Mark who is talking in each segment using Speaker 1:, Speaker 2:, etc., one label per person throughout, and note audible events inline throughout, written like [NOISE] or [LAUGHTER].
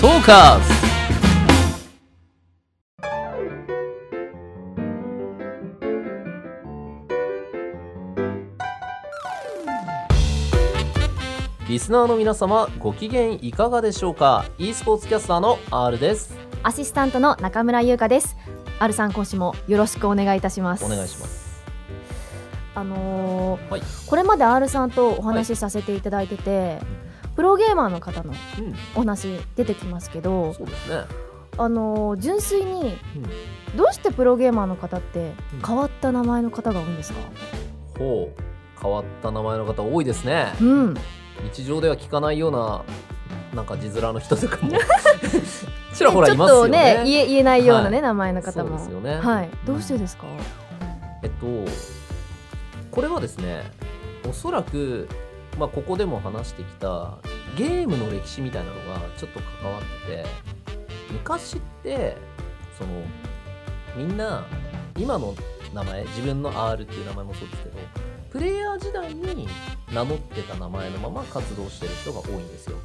Speaker 1: フォーカスリスナーの皆様ご機嫌いかがでしょうか e スポーツキャスターの R です
Speaker 2: アシスタントの中村優香です。アルさん今週もよろしくお願いいたします。
Speaker 1: お願いします
Speaker 2: あのー
Speaker 1: はい
Speaker 2: これまで R さんとお話しさせていただいてて、プロゲーマーの方の
Speaker 1: うん
Speaker 2: お話出てきますけど、
Speaker 1: そうですね
Speaker 2: あのー純粋に
Speaker 1: うん
Speaker 2: どうしてプロゲーマーの方って
Speaker 1: うん
Speaker 2: 変わった名前の方が多いんですか？
Speaker 1: ほう変わった名前の方多いですね
Speaker 2: うん、
Speaker 1: 日常では聞かないようななんか字面の人とかも
Speaker 2: [LAUGHS]
Speaker 1: ちらほらいますよ
Speaker 2: ちょっとね
Speaker 1: ね
Speaker 2: 言え言えないようなね、
Speaker 1: は
Speaker 2: 名前の方も。
Speaker 1: そうですよね
Speaker 2: はい、どうしてですか？
Speaker 1: えっとこれはですねおそらく、まあ、ここでも話してきたゲームの歴史みたいなのがちょっと関わってて昔ってそのみんな今の名前自分の R っていう名前もそうですけどプレイヤー時代に名乗ってた名前のまま活動してる人が多いんですよ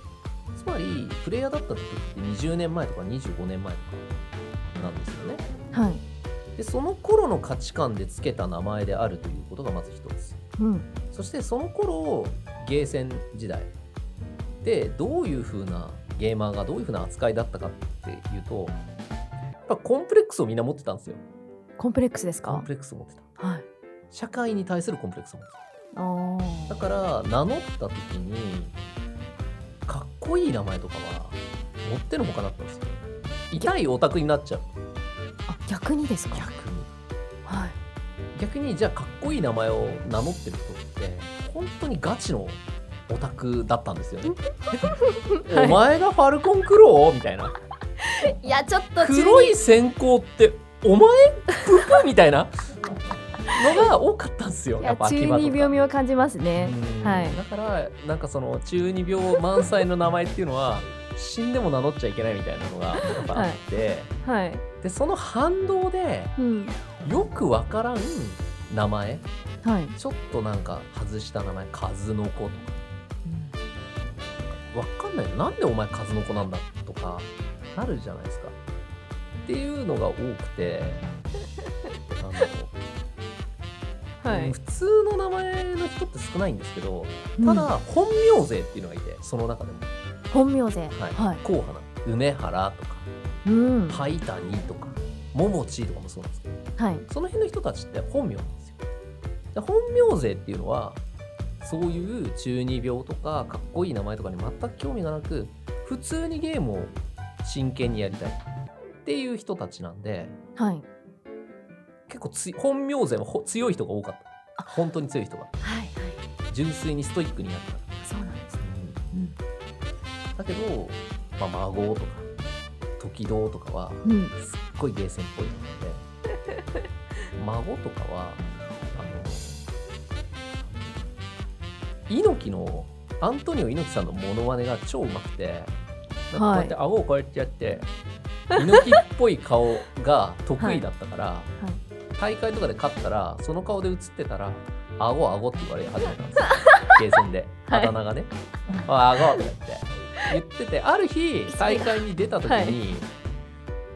Speaker 1: つまりプレイヤーだった時って20年前とか25年前とかなんですよね
Speaker 2: はい、
Speaker 1: でその頃の価値観でつけた名前であるということがまず一つ
Speaker 2: うん、
Speaker 1: そしてその頃ゲーセン時代でどういう風なゲーマーがどういう風な扱いだったかっていうとやっぱコンプレックスをみんな持ってたんですよ
Speaker 2: コンプレックスです
Speaker 1: コン
Speaker 2: か
Speaker 1: プ？レックスを持ってた
Speaker 2: はい。
Speaker 1: 社会に対するコンプレックスを持って
Speaker 2: あー
Speaker 1: ただから名乗った時にかっこいい名前とかは持ってのほかだったんですよ痛いオタクになっちゃう
Speaker 2: あ、逆にですか？
Speaker 1: 逆に
Speaker 2: はい。
Speaker 1: 逆にじゃあかっこいい名前を名乗ってる人って本当にガチのオタクだったんですよね。
Speaker 2: はい
Speaker 1: お前がファルコンクロウみたいない
Speaker 2: やちょっと中二
Speaker 1: 黒い閃光ってお前ププみたいなのが多かったんですよ
Speaker 2: い
Speaker 1: やっ
Speaker 2: や
Speaker 1: ぱ
Speaker 2: 中
Speaker 1: 秋葉と
Speaker 2: 二病
Speaker 1: か。
Speaker 2: 味を感じますね
Speaker 1: うん
Speaker 2: はい
Speaker 1: だからなんかその中二病満載の名前っていうのは死んでも名乗っちゃいけないみたいなのがやっぱあって、
Speaker 2: はい、
Speaker 1: でその反動で
Speaker 2: うん、
Speaker 1: よくわからん名前
Speaker 2: はい、
Speaker 1: ちょっとなんか外した名前数の子とかわかんないよなんでお前数の子なんだとかなるじゃないですかっていうのが多く
Speaker 2: [LAUGHS]
Speaker 1: てあの、
Speaker 2: は
Speaker 1: うん
Speaker 2: い
Speaker 1: 普通の名前の人って少ないんですけどた
Speaker 2: た
Speaker 1: だ
Speaker 2: だ、
Speaker 1: 本名勢っていうのがいてその中でも
Speaker 2: 本名勢
Speaker 1: はい
Speaker 2: はい、
Speaker 1: 「紅花」「梅原」とか
Speaker 2: うん、
Speaker 1: 「灰谷」とか「桃地」とかもそうなんですけど
Speaker 2: はい、
Speaker 1: その辺の人たちって本名なんですよ。で本名勢っていうのはそういう中二病とかかっこいい名前とかに全く興味がなく普通にゲームを真剣にやりたいっていう人たちなんで
Speaker 2: はい、
Speaker 1: 結構つい本名勢はほ強い人が多かった本当に強い人が
Speaker 2: はい、
Speaker 1: 純粋にストイックにやった
Speaker 2: そうなんです。
Speaker 1: うんだけど、まあ、孫とか時堂とかは
Speaker 2: うん、
Speaker 1: すっごいゲーセンっぽいので孫とかはあの猪木のアントニオ猪木さんのモノマネが超うまくてなんかこうやって顎をこうやってやって、猪木っぽい顔が得意だったから、大会とかで勝ったらその顔で映ってたら「顎顎」って言われ始めたんですよゲーセンで
Speaker 2: は
Speaker 1: あ
Speaker 2: い
Speaker 1: だ名がね「あ顎」って言って言っててある日大会に出た時に、
Speaker 2: はい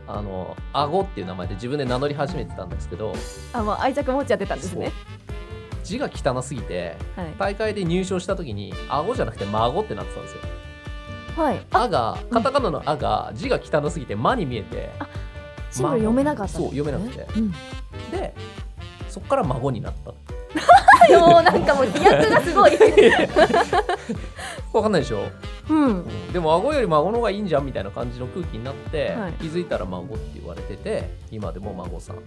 Speaker 1: あの「顎」っていう名前で自分で名乗り始めてたんですけど
Speaker 2: あ、もう愛着持っちゃってたんですね。
Speaker 1: そう字が汚すぎて
Speaker 2: はい、
Speaker 1: 大会で入賞した時に「顎」じゃなくて「孫」ってなってたんですよ。
Speaker 2: はい、あ、
Speaker 1: あがカタカナの「あ」が字が汚すぎて「ま」に見えて
Speaker 2: シンプル読めなかったんですね。
Speaker 1: そう読めなくて
Speaker 2: [LAUGHS] うん。
Speaker 1: でそっから「孫」になった
Speaker 2: [LAUGHS]
Speaker 1: の。
Speaker 2: でも、なんかもう、飛躍がすごい。
Speaker 1: わかんないでしょ
Speaker 2: うん、
Speaker 1: うんでも孫より孫の方がいいんじゃんみたいな感じの空気になって、
Speaker 2: はい
Speaker 1: 気づいたら孫って言われてて今でも孫さん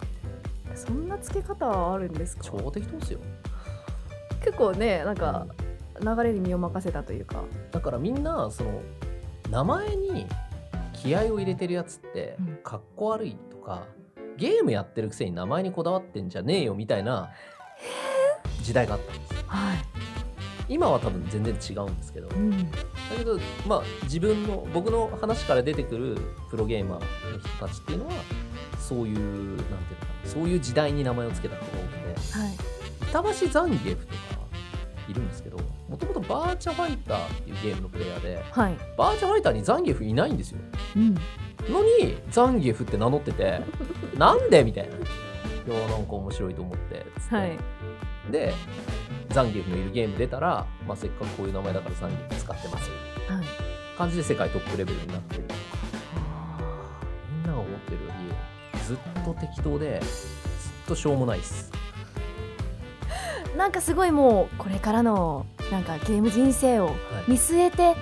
Speaker 2: そんな付け方あるんですか。
Speaker 1: 超適当ですよ
Speaker 2: 結構ね、なんか、流れに身を任せたというか。
Speaker 1: だからみんなその名前に気合を入れてるやつって
Speaker 2: うん
Speaker 1: かっこ悪いとかゲームやってるくせに名前にこだわってんじゃねえよみたいな時代があったんです
Speaker 2: はい、
Speaker 1: 今は多分全然違うんですけどだ
Speaker 2: うん、
Speaker 1: けどまあ自分の僕の話から出てくるプロゲーマーの人たちっていうのはそういうなんていうのかなそういう時代に名前を付けた人が多くて
Speaker 2: はい、
Speaker 1: 板橋ザンギエフとかいるんですけどもともとバーチャファイターっていうゲームのプレイヤーで
Speaker 2: はい。
Speaker 1: バーチャファイターにザンギエフいないんですよ
Speaker 2: うん。
Speaker 1: のにザンギエフって名乗って
Speaker 2: [LAUGHS]
Speaker 1: てなんでみたいな今日なんか面白いと思ってつって、
Speaker 2: はい。
Speaker 1: でザンギエフのいるゲーム出たら、まあ、せっかくこういう名前だからザンギエフ使ってますよ
Speaker 2: はい。
Speaker 1: 感じで世界トップレベルになってるみんなが思ってるよりずっと適当でずっとしょうもないっす
Speaker 2: なんかすごいもうこれからのなんかゲーム人生を
Speaker 1: はい
Speaker 2: 見据えて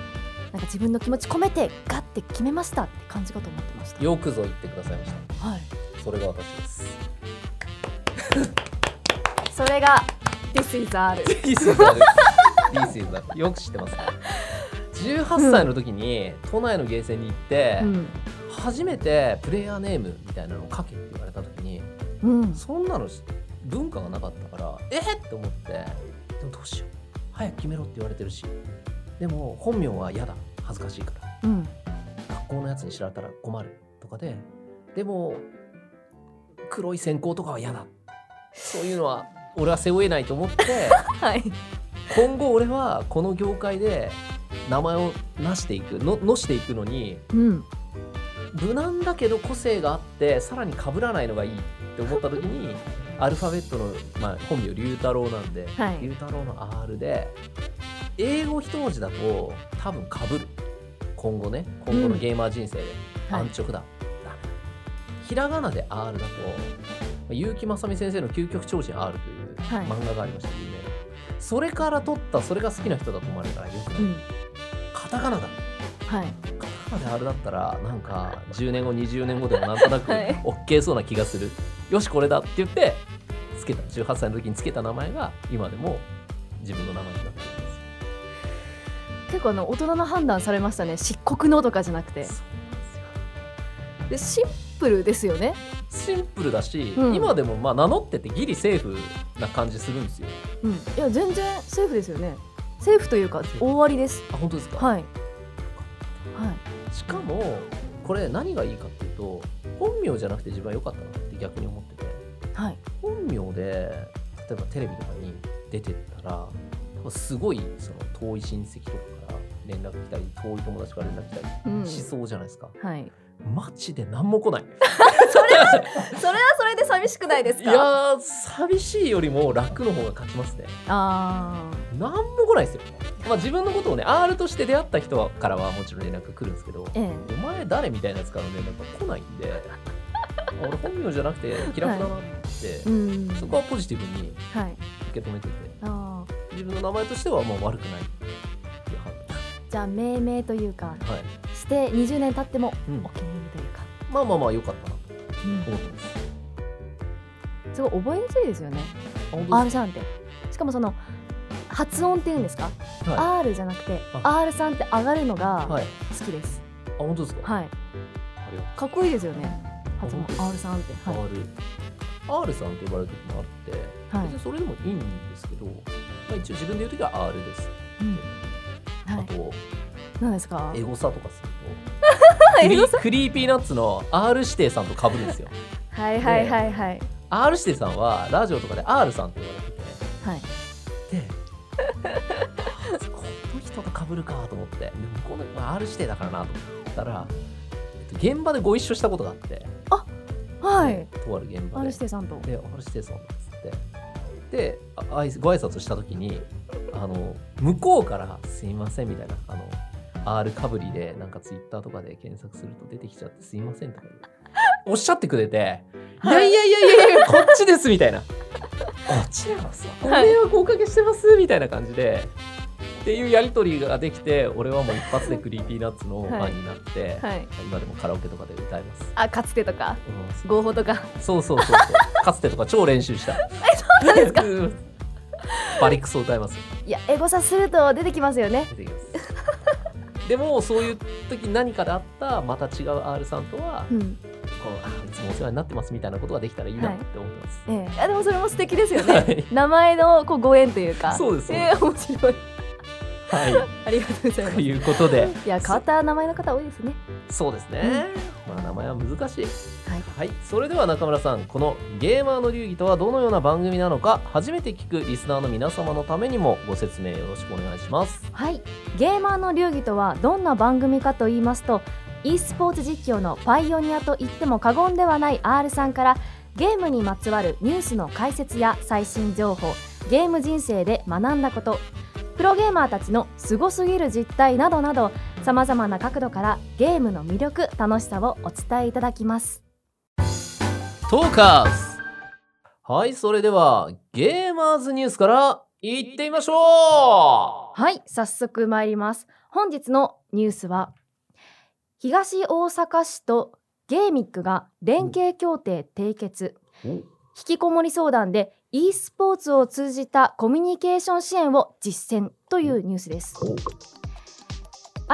Speaker 2: なんか自分の気持ち込めてガッて決めましたって感じかと思ってました。
Speaker 1: よくぞ言ってくださいまし
Speaker 2: はい。
Speaker 1: たそれが私です
Speaker 2: [LAUGHS] それが This is R。
Speaker 1: リースイズだねリースイズだねよく知ってますね18歳の時に都内のゲーセンに行って、
Speaker 2: うん。
Speaker 1: 初めてプレイヤーネームみたいなのを書けって言われた時に
Speaker 2: うん。
Speaker 1: そんなの文化がなかったからえっって思ってでもどうしよう早く決めろって言われてるしでも本名は嫌だ恥ずかしいから
Speaker 2: うん。
Speaker 1: 学校のやつに知られたら困るとかででも黒い線香とかは嫌だそういうのは俺は背負えないと思って
Speaker 2: [LAUGHS] はい。
Speaker 1: 今後俺はこの業界で名前をなしていくののしていくのに
Speaker 2: うん。
Speaker 1: 無難だけど個性があってさらに被らないのがいいって思った時にアルファベットの、まあ、本名龍太郎なんで、
Speaker 2: はい
Speaker 1: 龍太郎の R で英語一文字だと多分被る今後ね今後のゲーマー人生で。
Speaker 2: はい。
Speaker 1: 安直だ、ダメだひらがなで R だと結城正美先生の「究極超人 R」という
Speaker 2: はい
Speaker 1: 漫画がありました、有名なそれから取ったそれが好きな人だと思われるからよくない、
Speaker 2: うん。
Speaker 1: カタカナだ
Speaker 2: はい。
Speaker 1: カタカナで R だったらなんか10年後20年後でもなんとなく
Speaker 2: はい
Speaker 1: OK そうな気がする、よしこれだって言ってつけた18歳の時につけた名前が今でも自分の名前になってるんです
Speaker 2: 結構あの大人の判断されましたね。漆黒のとかじゃなくて。でシンプルですよね。
Speaker 1: シンプルだし、
Speaker 2: うん
Speaker 1: 今でもまあ名乗っててギリセーフな感じするんですよ
Speaker 2: うん。いや全然セーフですよね。セーフというか大ありです。
Speaker 1: あ本当ですか、
Speaker 2: はい。はい。
Speaker 1: しかもこれ何がいいかっていうと本名じゃなくて自分は良かったなって逆に思ってて
Speaker 2: はい。
Speaker 1: 本名で例えばテレビとかに出てったら多分すごいその遠い親戚とかから連絡来たり遠い友達から連絡来た
Speaker 2: うん
Speaker 1: りしそうじゃないですか、
Speaker 2: はい。
Speaker 1: マジで何も来ない
Speaker 2: それはそれで寂しくないです
Speaker 1: い
Speaker 2: か。
Speaker 1: やー寂しいよりも楽の方が勝ちますね
Speaker 2: あ
Speaker 1: 何も来ないですよ、まあ、自分のことをね R として出会った人からはもちろん連絡来るんですけど、
Speaker 2: ーえ
Speaker 1: お前誰みたいなやつからの連絡が来ないんで [LAUGHS] 俺本名じゃなくて気楽だなって、
Speaker 2: え。うん。
Speaker 1: そこはポジティブに
Speaker 2: はい。
Speaker 1: 受け止めてて
Speaker 2: ああ。
Speaker 1: 自分の名前としてはまあ悪くないっていう判
Speaker 2: じゃあ命名というか
Speaker 1: 断、はい
Speaker 2: して20年経っても
Speaker 1: うん
Speaker 2: お気に入りというか。
Speaker 1: まあまあまあ良かったなと
Speaker 2: う
Speaker 1: 思ってます
Speaker 2: ん。すごい覚えやすいですよね。
Speaker 1: あ本当で
Speaker 2: R さんって。しかもその発音っていうんですか。
Speaker 1: すはい、
Speaker 2: R じゃなくて R さんって上がるのが
Speaker 1: はい、あ
Speaker 2: 好きです。
Speaker 1: 本当ですか、
Speaker 2: はい。
Speaker 1: ありが
Speaker 2: かっこいいですよね。発音
Speaker 1: 本当です
Speaker 2: R さんって。
Speaker 1: とう
Speaker 2: はい。
Speaker 1: R, R さんって呼ばれる時もあって、
Speaker 2: はい
Speaker 1: 別にそれでもいいんですけど、まあ、一応自分で言う時は R です、
Speaker 2: うんは
Speaker 1: あ
Speaker 2: い。
Speaker 1: と
Speaker 2: 何ですか
Speaker 1: エ。ゴサとかするとク
Speaker 2: エ
Speaker 1: リ
Speaker 2: ゴ
Speaker 1: クリーピーナッツの R 指定さんと被るんです
Speaker 2: [LAUGHS]
Speaker 1: よ
Speaker 2: はいはいはいはい。
Speaker 1: R 指定さんはラジオとかで R さんって言われて
Speaker 2: はい。
Speaker 1: てであこの人と被るかと思ってで向こうのまあ R 指定だからなと思ったら、えっと、現場でご一緒したことがあって、
Speaker 2: はい。
Speaker 1: とある現場で
Speaker 2: R 指定さんと。
Speaker 1: で R 指定さんだっつってであ挨拶ご挨拶した時にあの向こうから「すいません」みたいなあの R かぶりでなんかツイッターとかで検索すると出てきちゃって「すいません」とか言うおっしゃってくれて「いやいやいやいやいやこっちです」みたいな「こっちなのさご迷惑おかけしてます」みたいな感じで。っていうやり取りができて俺はもう一発でクリーピーナッツのファンになって、
Speaker 2: はい。
Speaker 1: 今でもカラオケとかで歌います、
Speaker 2: あ、かつてとか。
Speaker 1: うん
Speaker 2: 合法とか。
Speaker 1: そうそうそうそう。かつてとか超練習した。え、そうなんですか。バリクソ歌いますよ。
Speaker 2: いや、エゴサすると出てきますよね。
Speaker 1: 出てきます。でもそういう時何かであったまた違う R さんとは、
Speaker 2: う
Speaker 1: こ
Speaker 2: ん。
Speaker 1: のあいつもお世話になってますみたいなことができたらいいなって思ってます。
Speaker 2: ええ。
Speaker 1: [LAUGHS]
Speaker 2: あ、でもそれも素敵ですよ
Speaker 1: は
Speaker 2: ね。
Speaker 1: い。
Speaker 2: 名前のこうご縁というか。
Speaker 1: そうですそう
Speaker 2: え
Speaker 1: で
Speaker 2: え、面白い。
Speaker 1: はい
Speaker 2: ありがとうございま
Speaker 1: と
Speaker 2: す。い
Speaker 1: いうことで
Speaker 2: や変わった名前の方多いですね。
Speaker 1: そうですね、まあ名前は難しい
Speaker 2: はい
Speaker 1: はい、それでは中村さんこの「ゲーマーの流儀」とはどのような番組なのか初めて聞くリスナーの皆様のためにもご説明よろしくお願いします
Speaker 2: はい、ゲーマーの流儀とはどんな番組かと言いますと e スポーツ実況のパイオニアと言っても過言ではない R さんからゲームにまつわるニュースの解説や最新情報ゲーム人生で学んだことプロゲーマーたちのすごすぎる実態などなどさまざまな角度からゲームの魅力楽しさをお伝えいただきます
Speaker 1: トーカーズはいそれではゲーマーズニュースからいってみましょう
Speaker 2: はい早速参ります本日のニュースは東大阪市とゲーミックが連携協定締結引きこもり相談で e スポーツを通じたコミュニケーション支援を実践というニュースです
Speaker 1: お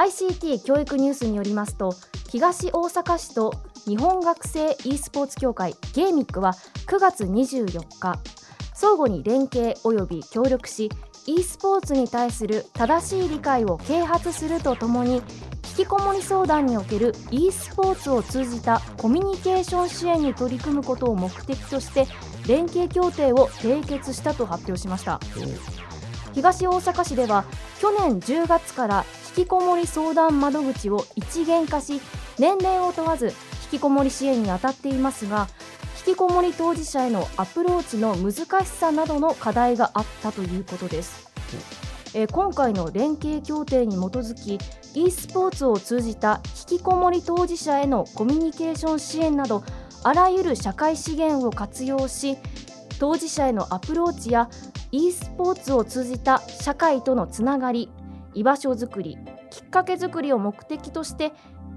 Speaker 2: ICT 教育ニュースによりますと東大阪市と日本学生 e スポーツ協会ゲーミックは9月24日相互に連携および協力し e スポーツに対する正しい理解を啓発するとともに引きこもり相談における e スポーツを通じたコミュニケーション支援に取り組むことを目的として連携協定を締結したと発表しました東大阪市では去年10月から引きこもり相談窓口を一元化し年齢を問わず引きこもり支援に当たっていますが引きこもり当事者へのアプローチの難しさなどの課題があったということです。えー今回の連携協定に基づき e スポーツを通じた引きこもり当事者へのコミュニケーション支援などあらゆる社会資源を活用し当事者へのアプローチや e スポーツを通じた社会とのつながり居場所づくりきっかけづくりを目的として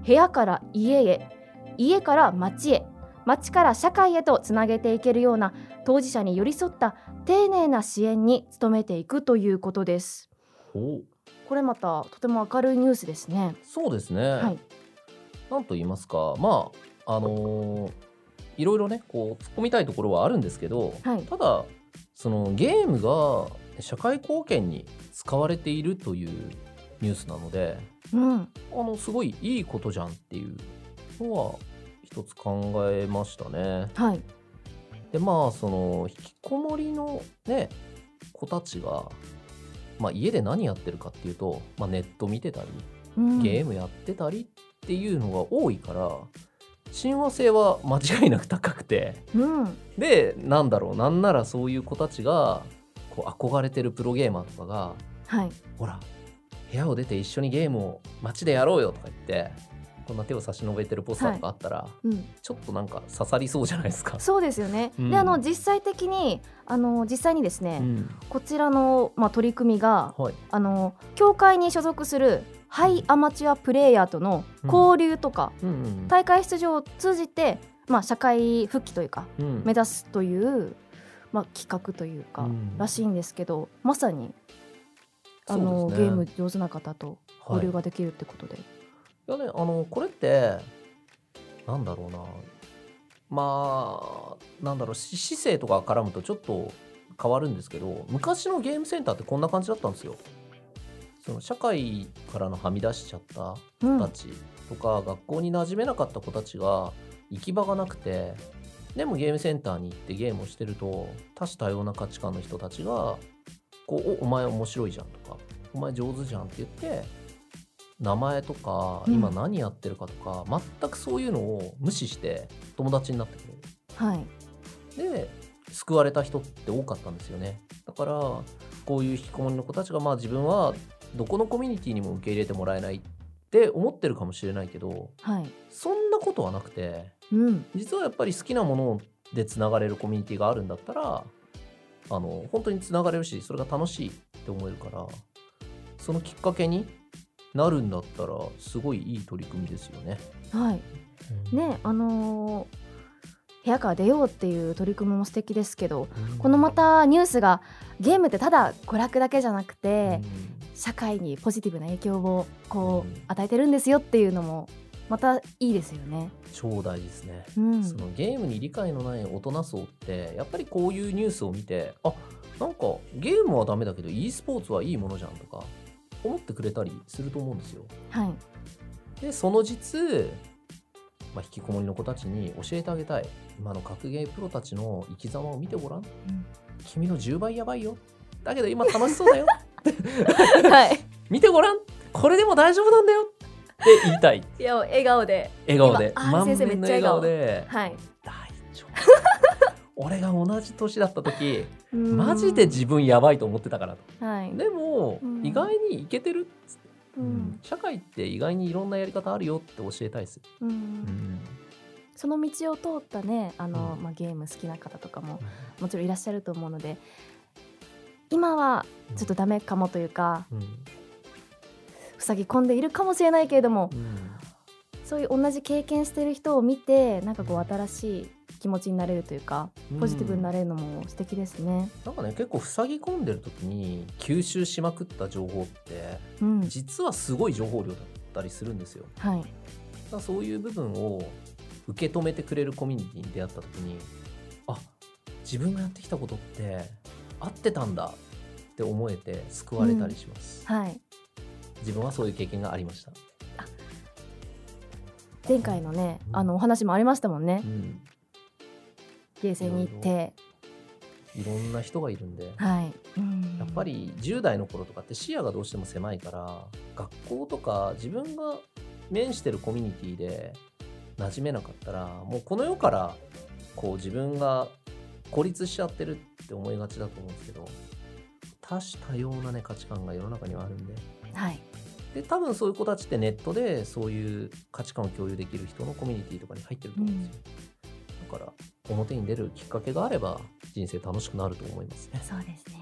Speaker 2: 部屋から家へ家から町へ町から社会へとつなげていけるような当事者に寄り添った丁寧な支援に努めていくということです
Speaker 1: お
Speaker 2: これまたとても明るいニュースですね
Speaker 1: そうですね、
Speaker 2: はい
Speaker 1: なんと言いますかまああのーいろいろねこう突っ込みたいところはあるんですけど、
Speaker 2: はい
Speaker 1: ただそのゲームが社会貢献に使われているというニュースなので
Speaker 2: うん
Speaker 1: あのすごいいいことじゃんっていうのは一つ考えましたね。
Speaker 2: はい
Speaker 1: でまあその引きこもりのね子たちが、まあ、家で何やってるかっていうと、まあ、ネット見てたり
Speaker 2: うん
Speaker 1: ゲームやってたりっていうのが多いから親和性は間違いなく高くて
Speaker 2: うん
Speaker 1: でなんだろうなんならそういう子たちがこう憧れてるプロゲーマーとかが
Speaker 2: はい
Speaker 1: ほら部屋を出て一緒にゲームを街でやろうよとか言ってこんな手を差し伸べてるポスターとかあったら、
Speaker 2: うん
Speaker 1: ちょっとなんか刺さりそうじゃないですか。
Speaker 2: そうですよね、
Speaker 1: うん
Speaker 2: であの実際的にあの実際にですね、
Speaker 1: うん
Speaker 2: こちらの、まあ、取り組みが
Speaker 1: はい、
Speaker 2: あの協会に所属するハイアマチュアプレイヤーとの交流とか、
Speaker 1: うんうん
Speaker 2: 大会出場を通じて、まあ、社会復帰というか
Speaker 1: うん
Speaker 2: 目指すという、まあ、企画というか、
Speaker 1: うん
Speaker 2: らしいんですけどまさにあの、
Speaker 1: そうです
Speaker 2: ゲ
Speaker 1: ね
Speaker 2: ーム上手な方と交流
Speaker 1: はい
Speaker 2: ができるってことで、
Speaker 1: いやね、あの、これって、なんだろうな。まあ、なんだろう、し姿勢とか絡むとちょっと変わるんですけど、昔のゲームセンターってこんな感じだったんですよ。その社会からのはみ出しちゃった
Speaker 2: う
Speaker 1: 子
Speaker 2: ん
Speaker 1: たちとか、学校に馴染めなかった子たちが行き場がなくて、でもゲームセンターに行ってゲームをしてると、多種多様な価値観の人たちが、こう、おお前面白いじゃんとか、お前上手じゃんって言って、名前とか
Speaker 2: うん
Speaker 1: 今何やってるかとか、全くそういうのを無視して友達になってく
Speaker 2: はい
Speaker 1: れるで救われた人って多かったんですよねだからこういう引きこもりの子たちがまあ自分はどこのコミュニティにも受け入れてもらえないって思ってるかもしれないけど
Speaker 2: はい
Speaker 1: そんなことはなくて
Speaker 2: うん
Speaker 1: 実はやっぱり好きなものでつながれるコミュニティがあるんだったらあの本当につながれるしそれが楽しいって思えるからそのきっかけになるんだったらすごいいい取り組みですよね。
Speaker 2: はいねあのー部屋から出ようっていう取り組みも素敵ですけど
Speaker 1: うん
Speaker 2: このまたニュースがゲームってただ娯楽だけじゃなく
Speaker 1: うん
Speaker 2: て、社会にポジティブな影響をこ
Speaker 1: う
Speaker 2: うん与えてるんですよっていうのもまたいいですよね。
Speaker 1: 超大事ですね、
Speaker 2: うん、
Speaker 1: そのゲームに理解のない大人層ってやっぱりこういうニュースを見てあなんかゲームはダメだけど e スポーツはいいものじゃんとか思ってくれたりすると思うんですよ。
Speaker 2: はい
Speaker 1: でその実、まあ、引きこもりの子たちに教えてあげたい今の格ゲープロたちの生き様を見てごらん君の10倍やばいよだけど今楽しそうだよ [LAUGHS]
Speaker 2: [LAUGHS] [LAUGHS] はい
Speaker 1: 見てごらんこれでも大丈夫なんだよって言いたい
Speaker 2: いや笑顔で
Speaker 1: 笑顔で
Speaker 2: 今あー
Speaker 1: 満
Speaker 2: 先生
Speaker 1: 面の
Speaker 2: めっ
Speaker 1: 笑
Speaker 2: ちゃ
Speaker 1: 顔
Speaker 2: 笑顔
Speaker 1: で
Speaker 2: はい
Speaker 1: 大丈夫俺が同じ年だった時
Speaker 2: うん
Speaker 1: マジで自分やばいと思ってたから
Speaker 2: はい
Speaker 1: でも
Speaker 2: うん
Speaker 1: 意外にいけてるっつって、
Speaker 2: う
Speaker 1: うん
Speaker 2: ん
Speaker 1: 社会って意外にいろんなやり方あるよって教えたいです、
Speaker 2: うん
Speaker 1: うん
Speaker 2: その道を通ったねあの、
Speaker 1: うん
Speaker 2: まあ、ゲーム好きな方とかももちろんいらっしゃると思うので今はちょっとダメかもというか
Speaker 1: うん
Speaker 2: 塞ぎ込んでいるかもしれないけれども
Speaker 1: うん
Speaker 2: そういう同じ経験してる人を見てなんかこう新しい気持ちになれるというかポジティブになれるのも素敵ですね。
Speaker 1: なんかね結構塞ぎ込んでる時に吸収しまくった情報って
Speaker 2: うん、
Speaker 1: 実はすごい情報量だったりするんですよだ
Speaker 2: はい、
Speaker 1: からそういう部分を受け止めてくれるコミュニティに出会った時にあ自分がやってきたことって合ってたんだって思えて救われたりします、
Speaker 2: はい、
Speaker 1: 自分はそういう経験がありました、
Speaker 2: 前回のね
Speaker 1: うん
Speaker 2: あのお話もありましたもんね
Speaker 1: うん、
Speaker 2: ゲーセンに行って
Speaker 1: いろんな人がいるんで、
Speaker 2: はい、うん
Speaker 1: やっぱり10代の頃とかって視野がどうしても狭いから学校とか自分が面してるコミュニティで馴染めなかったらもうこの世からこう自分が孤立しちゃってるって思いがちだと思うんですけど多種多様なね価値観が世の中にはあるんで
Speaker 2: はい
Speaker 1: で多分そういう子たちってネットでそういう価値観を共有できる人のコミュニティとかに入ってると思うんですよ、だから表に出るきっかけがあれば人生楽しくなると思いますね。
Speaker 2: そうですね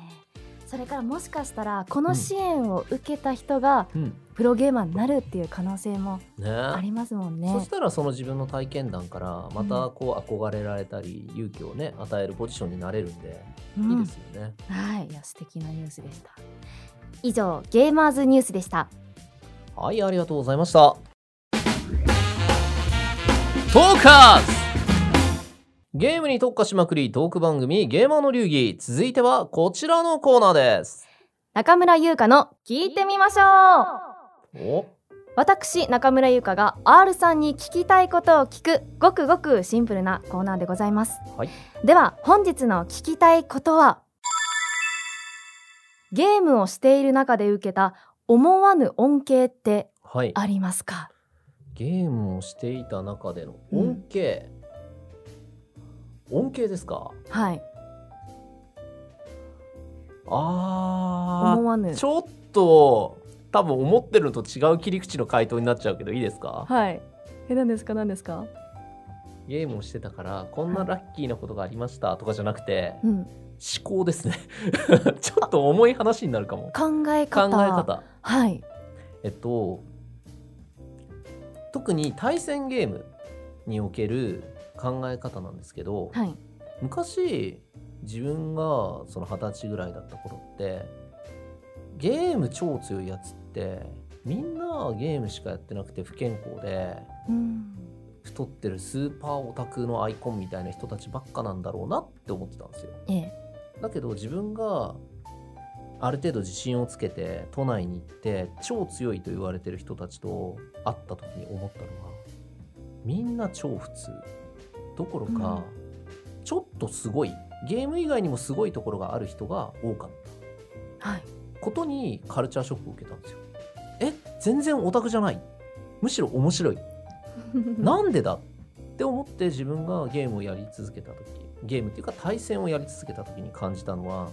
Speaker 2: それからもしかしたらこの支援を受けた人が
Speaker 1: うん、
Speaker 2: プロゲーマーになるっていう可能性も
Speaker 1: ねえ
Speaker 2: ありますもんね。
Speaker 1: そしたらその自分の体験談からまたこう憧れられたり勇気をね与えるポジションになれるんでいいですよね。
Speaker 2: うんはい、いや素敵なニュースでした。以上ゲーマーズニュースでした。
Speaker 1: はいありがとうございました。トーカーズゲームに特化しまくりトーク番組「ゲーマーの流儀」続いてはこちらのコーナーです。
Speaker 2: 中村優香の聞いてみましょ
Speaker 1: お
Speaker 2: う。私中村優香が R さんに聞きたいことを聞くごくごくシンプルなコーナーでございます。
Speaker 1: はい
Speaker 2: では本日の聞きたいことはゲームをしている中で受けた思わぬ恩恵って
Speaker 1: はい
Speaker 2: ありますか。
Speaker 1: ゲームをしていた中での恩恵、恩恵ですか
Speaker 2: はい。
Speaker 1: あー
Speaker 2: 思わぬ。
Speaker 1: ちょっと多分思ってるのと違う切り口の回答になっちゃうけどいいですか
Speaker 2: はい。え何ですか何ですか。
Speaker 1: ゲームをしてたからこんなラッキーなことがありましたとかじゃなくて
Speaker 2: うん。
Speaker 1: 思考ですね [LAUGHS] ちょっと重い話になるかも
Speaker 2: 考え
Speaker 1: 考
Speaker 2: 方。
Speaker 1: え方
Speaker 2: はい。
Speaker 1: えっと特に対戦ゲームにおける考え方なんですけど、
Speaker 2: はい。
Speaker 1: 昔自分がその二十歳ぐらいだった頃ってゲーム超強いやつってみんなゲームしかやってなくて不健康で
Speaker 2: うん。
Speaker 1: 太ってるスーパーオタクのアイコンみたいな人たちばっかなんだろうなって思ってたんですよ
Speaker 2: ええ。
Speaker 1: だけど自分がある程度自信をつけて都内に行って超強いと言われてる人たちと会った時に思ったのはみんな超普通どころか、ちょっとすごいゲーム以外にもすごいところがある人が多かった
Speaker 2: はい。
Speaker 1: ことにカルチャーショックを受けたんですよ。え全然オタクじゃないむしろ面白いなんでだって思って自分がゲームをやり続けた時ゲームっていうか対戦をやり続けた時に感じたのは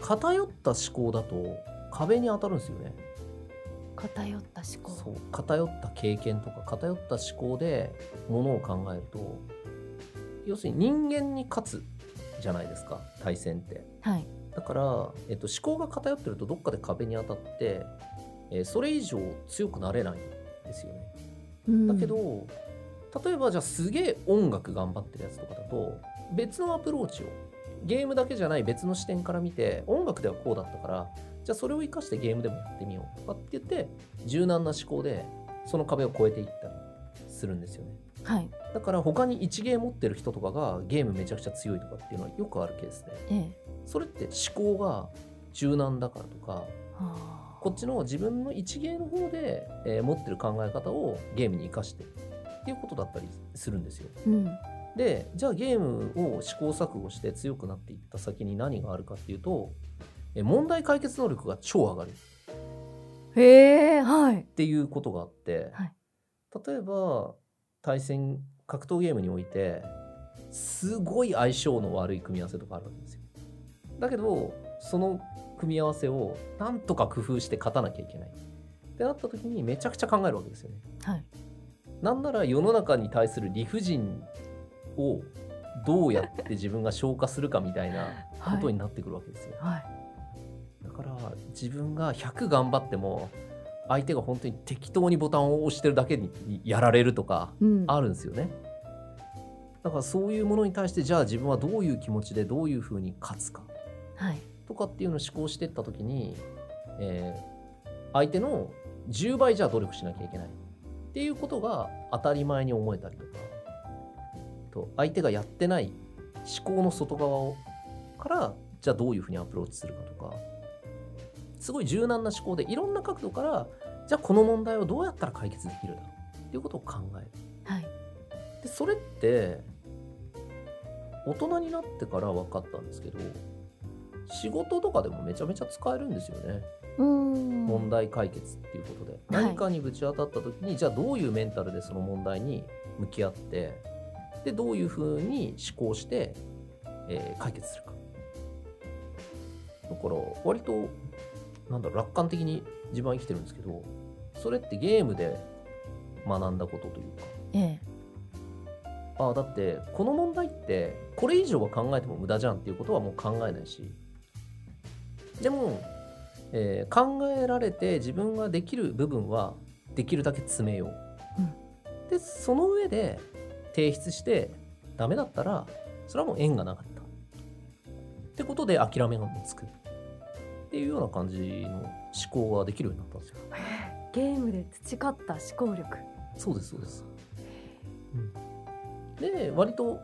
Speaker 1: 偏った思考だと壁に当たるんですよね
Speaker 2: 偏った思考。
Speaker 1: そう偏った経験とか偏った思考でものを考えると要するに人間に勝つじゃないですか対戦って
Speaker 2: はい。
Speaker 1: だから、えっと、思考が偏ってるとどっかで壁に当たって、えーそれ以上強くなれないんですよねだけど、例えばじゃあすげえ音楽頑張ってるやつとかだと別のアプローチをゲームだけじゃない別の視点から見て音楽ではこうだったからじゃあそれを活かしてゲームでもやってみようとかって言って柔軟な思考でその壁を越えていったりするんですよね
Speaker 2: うん、はい。
Speaker 1: だから他に1ゲー持ってる人とかがゲームめちゃくちゃ強いとかっていうのはよくあるケースで
Speaker 2: ええ。
Speaker 1: それって思考が柔軟だからとか
Speaker 2: あ
Speaker 1: こっちの自分の一芸の方で、えー持ってる考え方をゲームに生かしてっていうことだったりするんですよ。
Speaker 2: ーうん
Speaker 1: でじゃあゲームを試行錯誤して強くなっていった先に何があるかっていうとえー問題解決能力が超上がるっ
Speaker 2: へえはい
Speaker 1: ていうことがあって、
Speaker 2: はい
Speaker 1: 例えば対戦格闘ゲームにおいてすごい相性の悪い組み合わせとかあるわけですよ。だけどその組み合わせをなんとか工夫して勝たなきゃいけないってなった時にめちゃくちゃ考えるわけですよね。
Speaker 2: はい
Speaker 1: なんなら世の中に対する理不尽をどうやって自分が消化するかみたいな
Speaker 2: は
Speaker 1: こと
Speaker 2: い
Speaker 1: になってくるわけですよ。
Speaker 2: はい
Speaker 1: だから自分が100頑張っても相手が本当に適当にボタンを押してるだけにやられるとか
Speaker 2: うん
Speaker 1: あるんですよね。だからそういうものに対してじゃあ自分はどういう気持ちでどういうふうに勝つか
Speaker 2: はい
Speaker 1: とかっていうのを思考していった時に、えー相手の10倍じゃあ努力しなきゃいけないっていうことが当たり前に思えたりとかと相手がやってない思考の外側をからじゃあどういうふうにアプローチするかとかすごい柔軟な思考でいろんな角度からじゃあこの問題をどうやったら解決できるだろうっていうことを考える。
Speaker 2: はい
Speaker 1: でそれって大人になってから分かったんですけど仕事とかでもめちゃめちゃ使えるんですよね、
Speaker 2: うーん
Speaker 1: 問題解決っていうことで
Speaker 2: はい
Speaker 1: 何かにぶち当たった時に、じゃあどういうメンタルでその問題に向き合ってでどういうふうに思考して、えー解決するかだから割となんだろう楽観的に自分は生きてるんですけどそれってゲームで学んだことというか
Speaker 2: ええ
Speaker 1: ああだってこの問題ってこれ以上は考えても無駄じゃんっていうことはもう考えないしでも、えー考えられて自分ができる部分はできるだけ詰めよう、でその上で提出してダメだったらそれはもう縁がなかったってことで諦めがもうつくっていうような感じの思考ができるようになったんですよ
Speaker 2: ゲームで培った思考力
Speaker 1: そうですそうです、で割と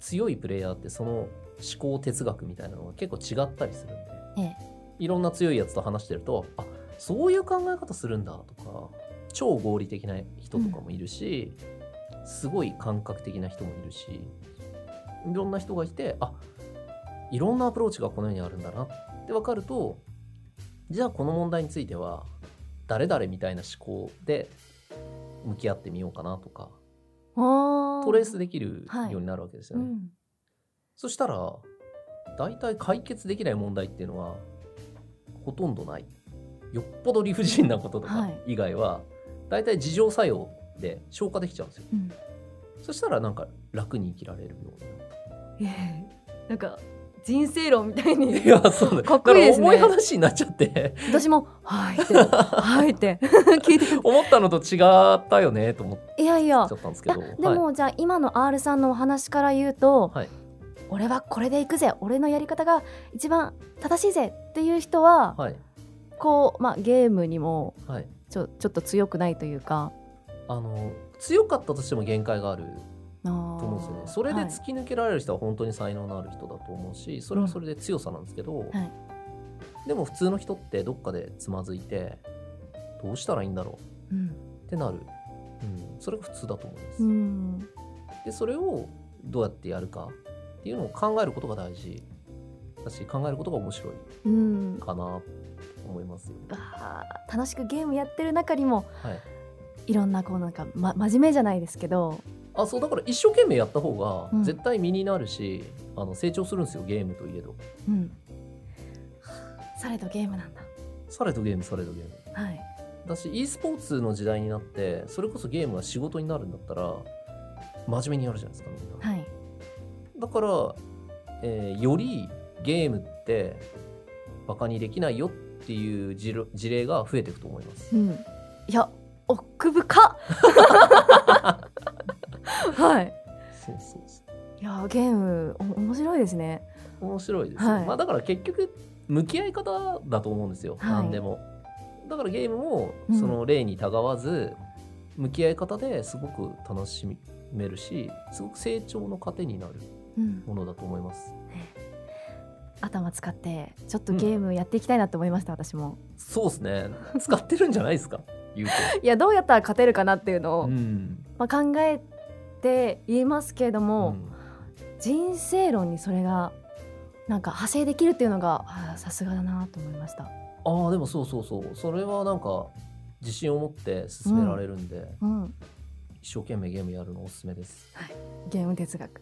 Speaker 1: 強いプレイヤーってその思考哲学みたいなのが結構違ったりするんで、
Speaker 2: ええ
Speaker 1: いろんな強いやつと話してるとあそういう考え方するんだとか超合理的な人とかもいるし、すごい感覚的な人もいるしいろんな人がいてあいろんなアプローチがこの世にあるんだなって分かるとじゃあこの問題については誰々みたいな思考で向き合ってみようかなとか
Speaker 2: あ
Speaker 1: トレースできる
Speaker 2: はい
Speaker 1: ようになるわけです
Speaker 2: う
Speaker 1: よね。
Speaker 2: ん
Speaker 1: そしたら大体解決できない問題っていうのはほとんどない。よっぽど理不尽なことと
Speaker 2: は
Speaker 1: か
Speaker 2: い
Speaker 1: 以外は、大体自浄作用で消化できちゃうんですよ。
Speaker 2: うん
Speaker 1: そしたらなんか楽に生きられるようにな
Speaker 2: [LAUGHS]
Speaker 1: る。
Speaker 2: ええなんか人生論みたい
Speaker 1: [LAUGHS]
Speaker 2: に
Speaker 1: いやそうだ
Speaker 2: かっこいいですね
Speaker 1: だから重い話になっちゃって
Speaker 2: 私も「はい」って「はい」って [LAUGHS] 聞いて
Speaker 1: 思ったのと違ったよねと思っ
Speaker 2: いやいや
Speaker 1: ちゃったんです
Speaker 2: い
Speaker 1: け
Speaker 2: や
Speaker 1: ど。
Speaker 2: でも、じゃあ今の R さんのお話から言うと、
Speaker 1: はい
Speaker 2: 俺はこれでいくぜ俺のやり方が一番正しいぜっていう人は、
Speaker 1: はい、
Speaker 2: こう、まあ、ゲームにも
Speaker 1: はい、はい。
Speaker 2: ちょちょっと強くないというか
Speaker 1: あの強かったとしても限界がある
Speaker 2: と
Speaker 1: と思うんですよね。それで突き抜けられる人は本当に才能のある人だと思うし、それはそれで強さなんですけど、
Speaker 2: い
Speaker 1: でも普通の人ってどっかでつまずいて、どうしたらいいんだろ
Speaker 2: はいうん
Speaker 1: うってなる。うん、それが普通だと思います。
Speaker 2: うん
Speaker 1: で、それをどうやってやるかっていうのを考えることが大事だし、考えることが面白い
Speaker 2: うん
Speaker 1: かなと思いますよね。
Speaker 2: あー楽しくゲームやってる中にも
Speaker 1: はい。
Speaker 2: いろんなこうなんか、ま、真面目じゃないですけど
Speaker 1: あ、そう、だから一生懸命やった方が
Speaker 2: うん
Speaker 1: 絶対身になるし、あの成長するんですよ、ゲームといえど。
Speaker 2: うんされどゲームなんだ
Speaker 1: されどゲーム、されどゲーム。
Speaker 2: はい
Speaker 1: だし e スポーツの時代になってそれこそゲームが仕事になるんだったら真面目にやるじゃないですかみんな、
Speaker 2: はい
Speaker 1: だから、えーよりゲームってバカにできないよっていう事例事例が増えていくと思います
Speaker 2: うんいや奥深っはい
Speaker 1: そうそうそ
Speaker 2: いやーゲームお面白いですね。
Speaker 1: う面白いですよ、
Speaker 2: はい
Speaker 1: まあ、だから結局向き合い方だと思うんですよ、
Speaker 2: はい
Speaker 1: 何でもだからゲームも
Speaker 2: うん
Speaker 1: その例にたがわず、向き合い方ですごく楽しめるしすごく成長の糧になる
Speaker 2: うん、
Speaker 1: ものだと思います
Speaker 2: 頭使ってちょっとゲームやっていきたいなって思いました、私も
Speaker 1: そうですね。使ってるんじゃないですか。言う
Speaker 2: いやどうやったら勝てるかなっていうの
Speaker 1: と。
Speaker 2: を、
Speaker 1: ん。
Speaker 2: まあ、考えて言いますけれども、
Speaker 1: ん
Speaker 2: 人生論にそれがなんか派生できるっていうのがあーさすがだなと思いました。
Speaker 1: ああでもそうそうそうそれはなんか自信を持って進められるんで、
Speaker 2: うん、
Speaker 1: 一生懸命ゲームやるのおすすめです。
Speaker 2: ゲーム哲学、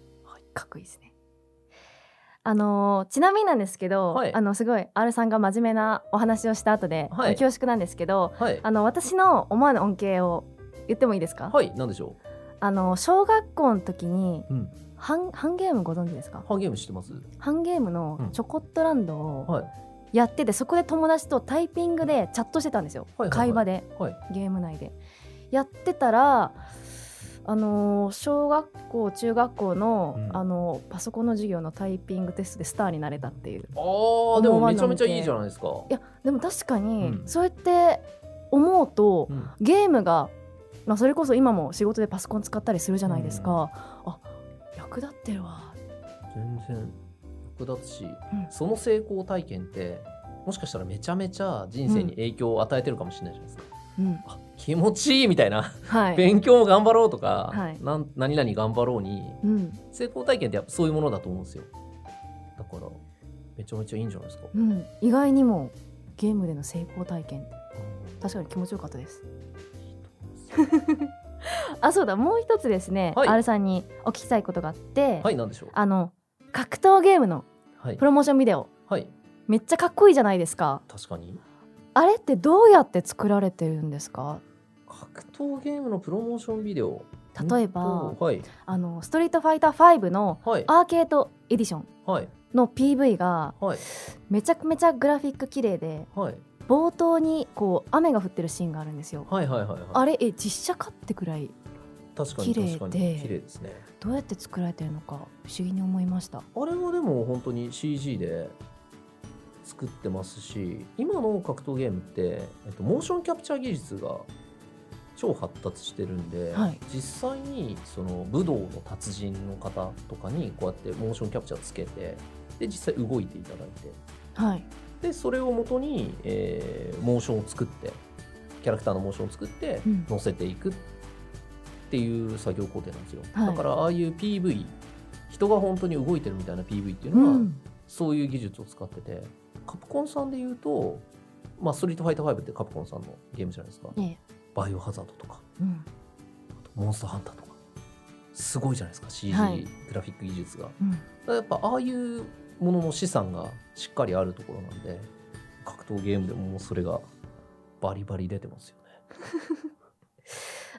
Speaker 2: かっこいいですね。あのーちなみになんですけど、
Speaker 1: はい
Speaker 2: あのすごい R さんが真面目なお話をした後で、
Speaker 1: はい
Speaker 2: 恐縮なんですけど
Speaker 1: はい。
Speaker 2: あの私の思わぬ恩恵を言ってもいいですか、
Speaker 1: はいなんでしょ
Speaker 2: あの小学校の時に
Speaker 1: う。うん。
Speaker 2: ハンハンゲームご存知ですか
Speaker 1: ハンゲームしてます。
Speaker 2: ハンゲームのチョコットランドを
Speaker 1: はい
Speaker 2: やってて、そこで友達とタイピングでチャットしてたんですよ、
Speaker 1: はいはいはい
Speaker 2: 会話で
Speaker 1: はい。
Speaker 2: ゲーム内でやってたらあのー小学校中学校の、
Speaker 1: うん
Speaker 2: あのーパソコンの授業のタイピングテストでスターになれたっていう
Speaker 1: ああでもめちゃめちゃいいじゃないですか。
Speaker 2: いやでも確かに、
Speaker 1: うん
Speaker 2: そうやって思うと、
Speaker 1: うん
Speaker 2: ゲームが、まあ、それこそ今も仕事でパソコン使ったりするじゃないですか、
Speaker 1: うん
Speaker 2: あ役立ってるわ
Speaker 1: 全然役立つし、
Speaker 2: ん
Speaker 1: その成功体験ってもしかしたらめちゃめちゃ人生に影響を与えてるかもしれないじゃないですか。
Speaker 2: うん
Speaker 1: あ気持ちいいみたいな
Speaker 2: はい、
Speaker 1: 勉強頑張ろうとか、
Speaker 2: はい
Speaker 1: なん何々頑張ろうに
Speaker 2: うん
Speaker 1: 成功体験ってやっぱそういうものだと思うんですよだからめちゃめちゃいいんじゃないですか、
Speaker 2: うん、意外にもゲームでの成功体験確かに気持ちよかったですあそうだもう一つですね、
Speaker 1: はい
Speaker 2: R さんにお聞きしたいことがあって、
Speaker 1: はいなんでしょう
Speaker 2: あの格闘ゲームの
Speaker 1: はい
Speaker 2: プ、ロモーションビデオ
Speaker 1: はい、
Speaker 2: めっちゃかっこいいじゃないですか
Speaker 1: 確かに
Speaker 2: あれってどうやって作られてるんですか
Speaker 1: 格闘ゲームのプロモーションビデオ
Speaker 2: 例えば
Speaker 1: うんとはい
Speaker 2: あのストリートファイター5の
Speaker 1: はい
Speaker 2: アーケードエディション
Speaker 1: はい
Speaker 2: の PV が
Speaker 1: はい
Speaker 2: めちゃめちゃグラフィック綺麗で
Speaker 1: はい
Speaker 2: 冒頭にこう雨が降ってるシーンがあるんですよ
Speaker 1: はいはいはいは
Speaker 2: あれえ実写化ってくらい
Speaker 1: い確かに
Speaker 2: 綺麗で
Speaker 1: 確かに綺麗ですね
Speaker 2: どうやって作られてるのか不思議に思いました
Speaker 1: あれはでも本当に CG で作ってますし今の格闘ゲームって、えっと、モーションキャプチャー技術が超発達してるんで、
Speaker 2: はい
Speaker 1: 実際にその武道の達人の方とかにこうやってモーションキャプチャーつけてで実際動いていただいて
Speaker 2: はい
Speaker 1: でそれをもとに、えーモーションを作ってキャラクターのモーションを作って
Speaker 2: うん
Speaker 1: 乗せていくっていう作業工程なんですよ、
Speaker 2: はい
Speaker 1: だからああいう PV 人が本当に動いてるみたいな PV っていう
Speaker 2: う
Speaker 1: のは、
Speaker 2: ん
Speaker 1: そういう技術を使っててカプコンさんで言うと、まあ、ストリートファイター5ってカプコンさんのゲームじゃないですか
Speaker 2: ね
Speaker 1: バイオハザードとか
Speaker 2: うん
Speaker 1: あとモンスターハンターとかすごいじゃないですか CG、
Speaker 2: はい
Speaker 1: グラフィック技術がだか
Speaker 2: うん
Speaker 1: らやっぱああいうものの資産がしっかりあるところなんで格闘ゲームでももうそれがバリバリ出てますよね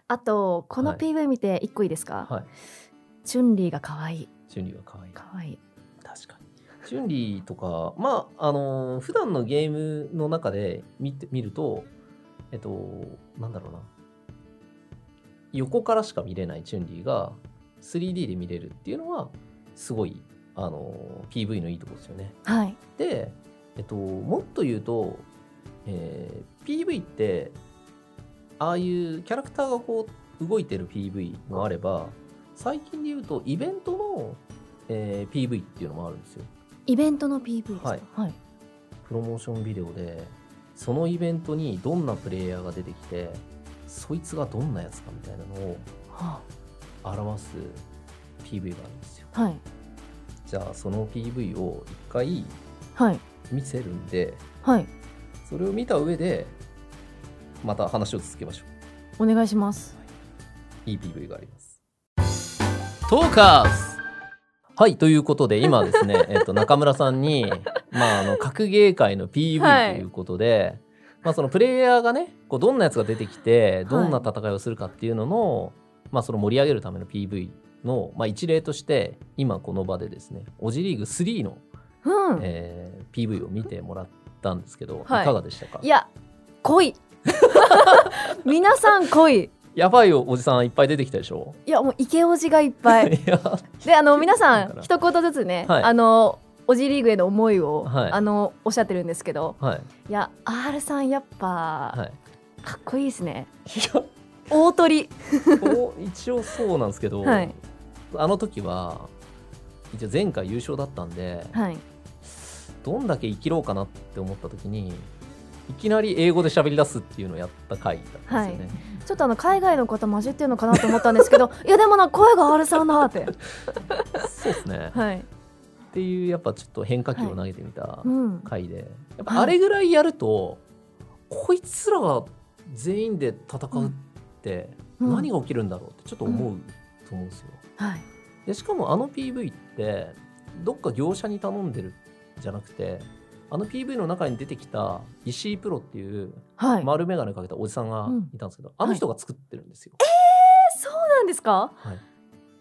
Speaker 2: あとこの
Speaker 1: はい
Speaker 2: PV 見て一個いいですか、
Speaker 1: はい
Speaker 2: チュンリーが可愛い
Speaker 1: チュンリーが可愛い
Speaker 2: 可愛い
Speaker 1: 確かにチュンリーとかまああのー普段のゲームの中で見て見るとえっとなんだろうな横からしか見れないチュンリーが 3D で見れるっていうのはすごいあのー PV のいいところですよね
Speaker 2: はい
Speaker 1: でえっともっと言うと、えー PV ってああいうキャラクターがこう動いてる PV もあれば最近で言うとイベントの、えー PV っていうのもあるんですよ
Speaker 2: イベントの PV ですか
Speaker 1: はい
Speaker 2: はい、
Speaker 1: プロモーションビデオでそのイベントにどんなプレイヤーが出てきてそいつがどんなやつかみたいなのを
Speaker 2: は
Speaker 1: 表す PV があるんですよ
Speaker 2: あはい
Speaker 1: じゃあその PV を一回
Speaker 2: はい
Speaker 1: 見せるんで
Speaker 2: はい
Speaker 1: それを見た上でまた話を続けましょう
Speaker 2: お願いします
Speaker 1: いい PV があります。トーカーズはい、ということで、今です
Speaker 2: [LAUGHS]
Speaker 1: ね、えっと、中村さんに、まあ、あの、格ゲー界の PV ということで、まあ、そのプレイヤーがね、こう、どんなやつが出てきて、どんな戦いをするかっていうのの、まあ、その盛り上げるための PV の、まあ、一例として、今この場でですね、オジリーグ3の、
Speaker 2: うん、
Speaker 1: えー PV を見てもらったんですけど、
Speaker 2: はい
Speaker 1: い、かがでしたか
Speaker 2: いや濃
Speaker 1: [LAUGHS]
Speaker 2: い皆さん濃い
Speaker 1: やばいよ、おじさんいっぱい出てきたでしょ
Speaker 2: いやもうイケオジがいっぱい
Speaker 1: いや、
Speaker 2: であの皆さ
Speaker 1: だか
Speaker 2: ん
Speaker 1: ら
Speaker 2: 一言ずつね、
Speaker 1: はい
Speaker 2: あのオジリーグへの思いを、
Speaker 1: はい
Speaker 2: あのおっしゃってるんですけど
Speaker 1: [LAUGHS] はい、
Speaker 2: いや R さんやっぱ、
Speaker 1: はい。
Speaker 2: かっこいいですね
Speaker 1: いや
Speaker 2: 大鳥
Speaker 1: こ [LAUGHS] う一応そうなんですけど、
Speaker 2: はい
Speaker 1: あの時は一応前回優勝だったんで、
Speaker 2: はい
Speaker 1: どんだけ生きろうかなって思った時にいきなり英語で喋り出すっていうのをやった回だったんですよね、
Speaker 2: ちょっとあの海外の方混じってるのかなと思ったんですけどいやでもな声が R さんだって
Speaker 1: そうですね
Speaker 2: はい、
Speaker 1: っていうやっぱちょっと変化球を投げてみた
Speaker 2: うん、
Speaker 1: 回で、やっぱあれぐらいやると、こいつらが全員で戦うって
Speaker 2: うん
Speaker 1: 何が起きるんだろうってちょっと思うと思うんですよ。
Speaker 2: はい
Speaker 1: でしかもあの PV ってどっか業者に頼んでるじゃなくてあの PV の中に出てきた石井プロっていう
Speaker 2: はい、
Speaker 1: 丸眼鏡かけたおじさんがいたんですけど、あの人が作ってるんですよ。
Speaker 2: そうなんですか
Speaker 1: はい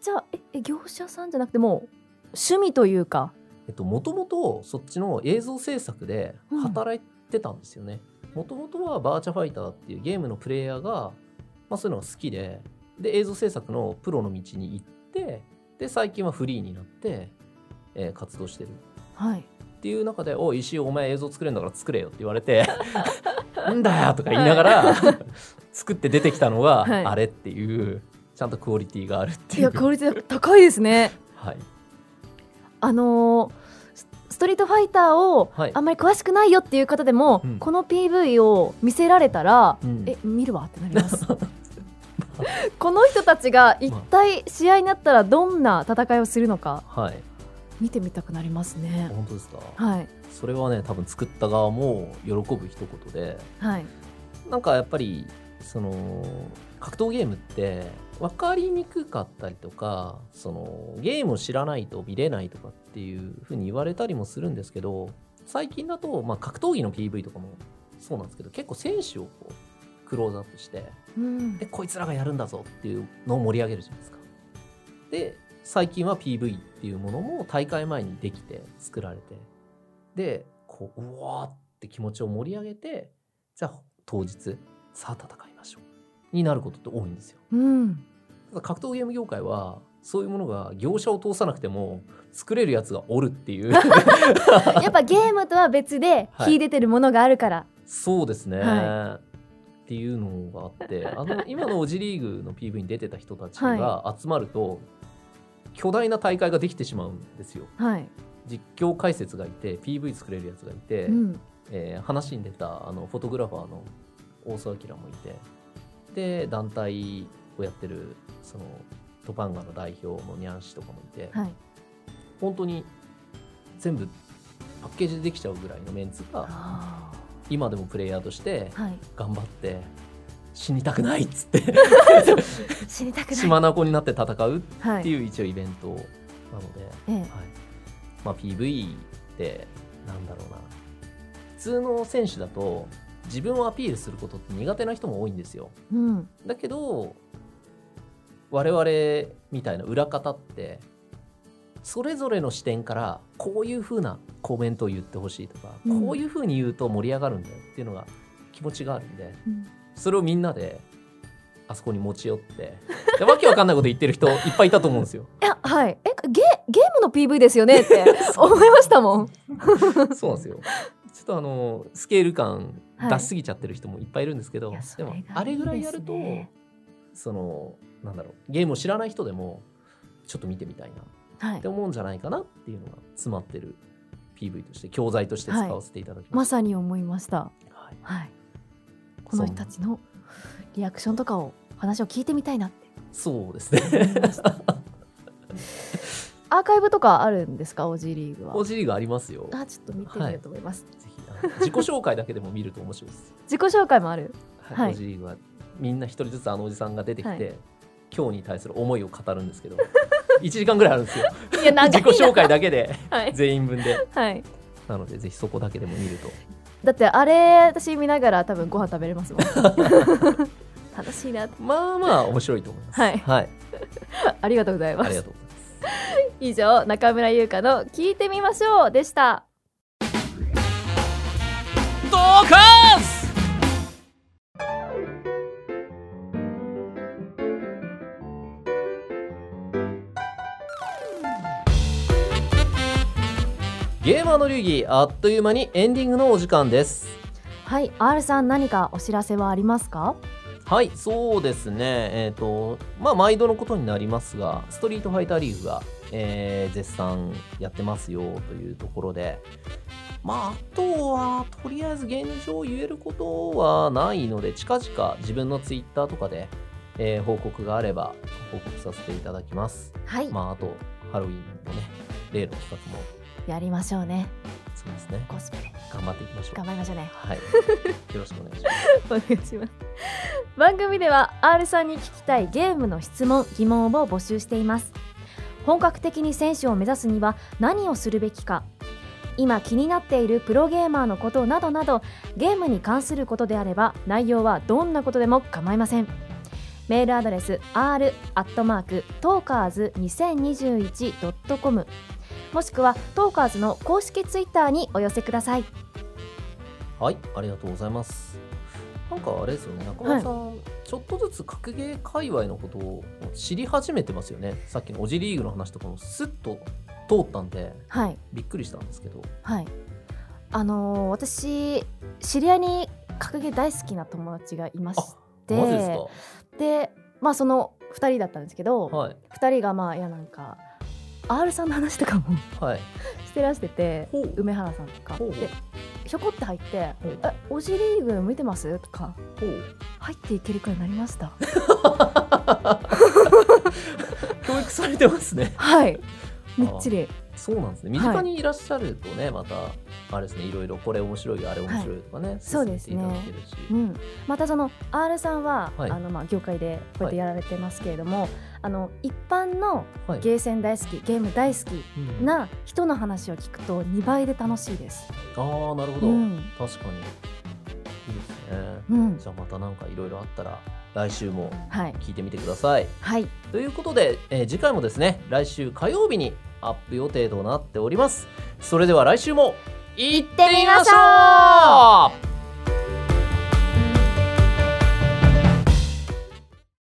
Speaker 2: じゃあええ業者さんじゃなくてもう趣味というか
Speaker 1: えっと、もともとそっちの映像制作で働いてたんですよね。もともとはバーチャファイターっていうゲームのプレイヤーが、まあ、そういうのが好きで、で、映像制作のプロの道に行って、で、最近はフリーになって、えー活動してる。
Speaker 2: はい
Speaker 1: っていう中で、おい、石井、お前映像作れるんだから作れよって言われ
Speaker 2: [LAUGHS]
Speaker 1: て、なんだよとか言いながら、作って出てきたのが、
Speaker 2: はい
Speaker 1: あれっていう、ちゃんとクオリティがあるって
Speaker 2: い
Speaker 1: い
Speaker 2: や
Speaker 1: う。
Speaker 2: クオリティ高いですね
Speaker 1: はい。
Speaker 2: [LAUGHS] あのースストリートファイターを
Speaker 1: はい
Speaker 2: あんまり詳しくないよっていう方でも、
Speaker 1: うん
Speaker 2: この PV を見せられたら、
Speaker 1: うん
Speaker 2: え見るわってな
Speaker 1: [LAUGHS]
Speaker 2: りますこの人たちが一体試合になったらどんな戦いをするのか
Speaker 1: はい。
Speaker 2: 見てみたくなりますね
Speaker 1: 本当ですか
Speaker 2: はい
Speaker 1: それはね多分作った側も喜ぶ一言で
Speaker 2: はい
Speaker 1: なんかやっぱりその格闘ゲームって分かりにくかったりとかそのゲームを知らないと見れないとかっていう風に言われたりもするんですけど最近だと、まあ、格闘技の PV とかもそうなんですけど結構選手をこうクローズアップして
Speaker 2: うん
Speaker 1: でこいつらがやるんだぞっていうのを盛り上げるじゃないですか。で最近は PV っていうものも大会前にできて作られてでこううわーって気持ちを盛り上げてじゃあ当日さあ戦いましょうになることって多いんですよ。
Speaker 2: うん
Speaker 1: ただ格闘ゲーム業界はそういうものが業者を通さなくても作れるやつがおるっていう
Speaker 2: やっぱゲームとは別で
Speaker 1: はい
Speaker 2: 秀でてるものがあるから、
Speaker 1: そうですね、
Speaker 2: は
Speaker 1: っていうのがあ
Speaker 2: [LAUGHS]
Speaker 1: ってあの今のオジリーグの PV に出てた人たち
Speaker 2: は
Speaker 1: が集まると、巨大な大会ができてしまうんですよ
Speaker 2: はい、
Speaker 1: 実況解説がいて PV 作れるやつがいて、
Speaker 2: うん、
Speaker 1: えー話に出たあのフォトグラファーの大沢明もいてで団体をやってるそのトパンガの代表のニャン氏とかもいて、
Speaker 2: はい
Speaker 1: 本当に全部パッケージでできちゃうぐらいのメンツが
Speaker 2: あ
Speaker 1: 今でもプレイヤーとして
Speaker 2: ーはい
Speaker 1: 頑張って死にたくないっつって
Speaker 2: 死にたくない
Speaker 1: 島名湖になって戦うっ
Speaker 2: は
Speaker 1: て
Speaker 2: い
Speaker 1: いう一応イベントなので、はい
Speaker 2: ええ
Speaker 1: まあ、PV ってなんだろうな普通の選手だと自分をアピールすることって苦手な人も多いんですよ
Speaker 2: うん
Speaker 1: だけど我々みたいな裏方ってそれぞれの視点からこういう風なコメントを言ってほしいとか、
Speaker 2: うん
Speaker 1: こういう風に言うと盛り上がるんだよっていうのが気持ちがあるんで
Speaker 2: うん
Speaker 1: それをみんなであそこに持ち寄ってでわけわかんないこと言ってる人
Speaker 2: [LAUGHS]
Speaker 1: いっぱいいたと思うんですよ
Speaker 2: いやはいえゲゲームの PV ですよねって [LAUGHS] 思いましたもん
Speaker 1: そうなんですよちょっとあのスケール感
Speaker 2: はい
Speaker 1: 出しすぎちゃってる人もいっぱいいるんですけど、
Speaker 2: いやそれがいいですね
Speaker 1: あれぐらいやるとそのなんだろうゲームを知らない人でもちょっと見てみたいな
Speaker 2: はい
Speaker 1: って思うんじゃないかなっていうのが詰まってる PV として教材として使わせていただきま
Speaker 2: ま
Speaker 1: し
Speaker 2: さに思いました
Speaker 1: た、はい
Speaker 2: はいこの人たちのリアクションとかを話を聞いてみたいなって
Speaker 1: そうです
Speaker 2: [LAUGHS]
Speaker 1: ね
Speaker 2: 思いましたアーカイブとかあるんですかオジリーグは
Speaker 1: お尻がありますよぜ
Speaker 2: あちょっと見てみようと思います、
Speaker 1: ひあの自己紹介だけでも見ると面白いです
Speaker 2: 自己紹介もある
Speaker 1: はい
Speaker 2: はい
Speaker 1: おじいはみんな一人ずつあのおじさんが出てきて、
Speaker 2: はい
Speaker 1: 今日に対する思いを語るんですけど [LAUGHS] 1時間ぐらいあるんですよ
Speaker 2: いや長
Speaker 1: 自
Speaker 2: い
Speaker 1: 己
Speaker 2: な
Speaker 1: 紹介だけで
Speaker 2: はい、
Speaker 1: 全員分で
Speaker 2: はい、
Speaker 1: なのでぜひそこだけでも見ると
Speaker 2: だってあれ私見ながら多分ご飯食べれます [LAUGHS] もん楽しいなって
Speaker 1: まあまあ面白いと思います
Speaker 2: はい
Speaker 1: はい、
Speaker 2: ありがとうございま
Speaker 1: あり
Speaker 2: す
Speaker 1: がとうございます
Speaker 2: 以上中村優香の「聞いてみましょう」でした
Speaker 1: ドーカーゲーマーの流儀あっという間にエンディングのお時間です
Speaker 2: はい R さん何かお知らせはありますか
Speaker 1: はい、そうですね。えっ、と、まあ、毎度のことになりますが、ストリートファイターリーグが、えー絶賛やってますよというところで、まあ、あとは、とりあえず現状言えることはないので、近々自分のツイッターとかで、えー報告があれば、報告させていただきます。
Speaker 2: はい、
Speaker 1: まあ、あと、ハロウィンのね、例の企画も、
Speaker 2: やりましょうね
Speaker 1: そうですね。
Speaker 2: コスプレ
Speaker 1: 頑張っていきましょう
Speaker 2: 頑。張りましょうね [LAUGHS]
Speaker 1: はい。よろしくお願いします。
Speaker 2: お願いします番組では R さんに聞きたいゲームの質問疑問を募集しています本格的に選手を目指すには何をするべきか今気になっているプロゲーマーのことなどなどゲームに関することであれば内容はどんなことでも構いませんメールアドレス r アットマークトーカーズ 2021.com もしくはトーカーズの公式ツイッターにお寄せください
Speaker 1: はい、ありがとうございます。なんかあれですよね、中村さん、ちょっとずつ格ゲー界隈のことを知り始めてますよね。さっきのオジリーグの話とかもスッと通ったんで、
Speaker 2: はい
Speaker 1: びっくりしたんですけど。
Speaker 2: はい。あのー私知り合いに格ゲー大好きな友達がいまして、
Speaker 1: マジです
Speaker 2: で、まあその二人だったんですけど、
Speaker 1: かはい。
Speaker 2: 二人がまあいやなんか R さんの話とかも [LAUGHS]
Speaker 1: はい。
Speaker 2: してらしてて、
Speaker 1: ほう
Speaker 2: 梅原さんとか
Speaker 1: ほうほう
Speaker 2: でひょこって入って
Speaker 1: ほう
Speaker 2: 「えオジリーグ見てます?」とか
Speaker 1: ほう。
Speaker 2: 「入っていけるくらいになり
Speaker 1: [LAUGHS]
Speaker 2: ました」。
Speaker 1: 教育されてますね
Speaker 2: はいみっちり
Speaker 1: そうなんですね。身近にいらっしゃるとね、また、あれですね、いろいろこれ面白いよ、あれ面白いよとかね、
Speaker 2: そうですね
Speaker 1: 進めていただけるし。
Speaker 2: うん、またその R さんは、
Speaker 1: はい
Speaker 2: あのまあ業界でこうやってやられてますけれども、あの一般の
Speaker 1: はい
Speaker 2: ゲーセン大好きゲーム大好き
Speaker 1: うん
Speaker 2: な人の話を聞くと2倍で楽しいです。
Speaker 1: あー、なるほ
Speaker 2: う
Speaker 1: ど。
Speaker 2: ん
Speaker 1: 確かに。いいですね。
Speaker 2: うん
Speaker 1: じ、ゃあまたなんかいろいろあったら来週も
Speaker 2: はい、
Speaker 1: 聞いてみてください。
Speaker 2: はい、
Speaker 1: ということで、えー次回もですね来週火曜日にアップ予定となっております。それでは来週も行ってみましょう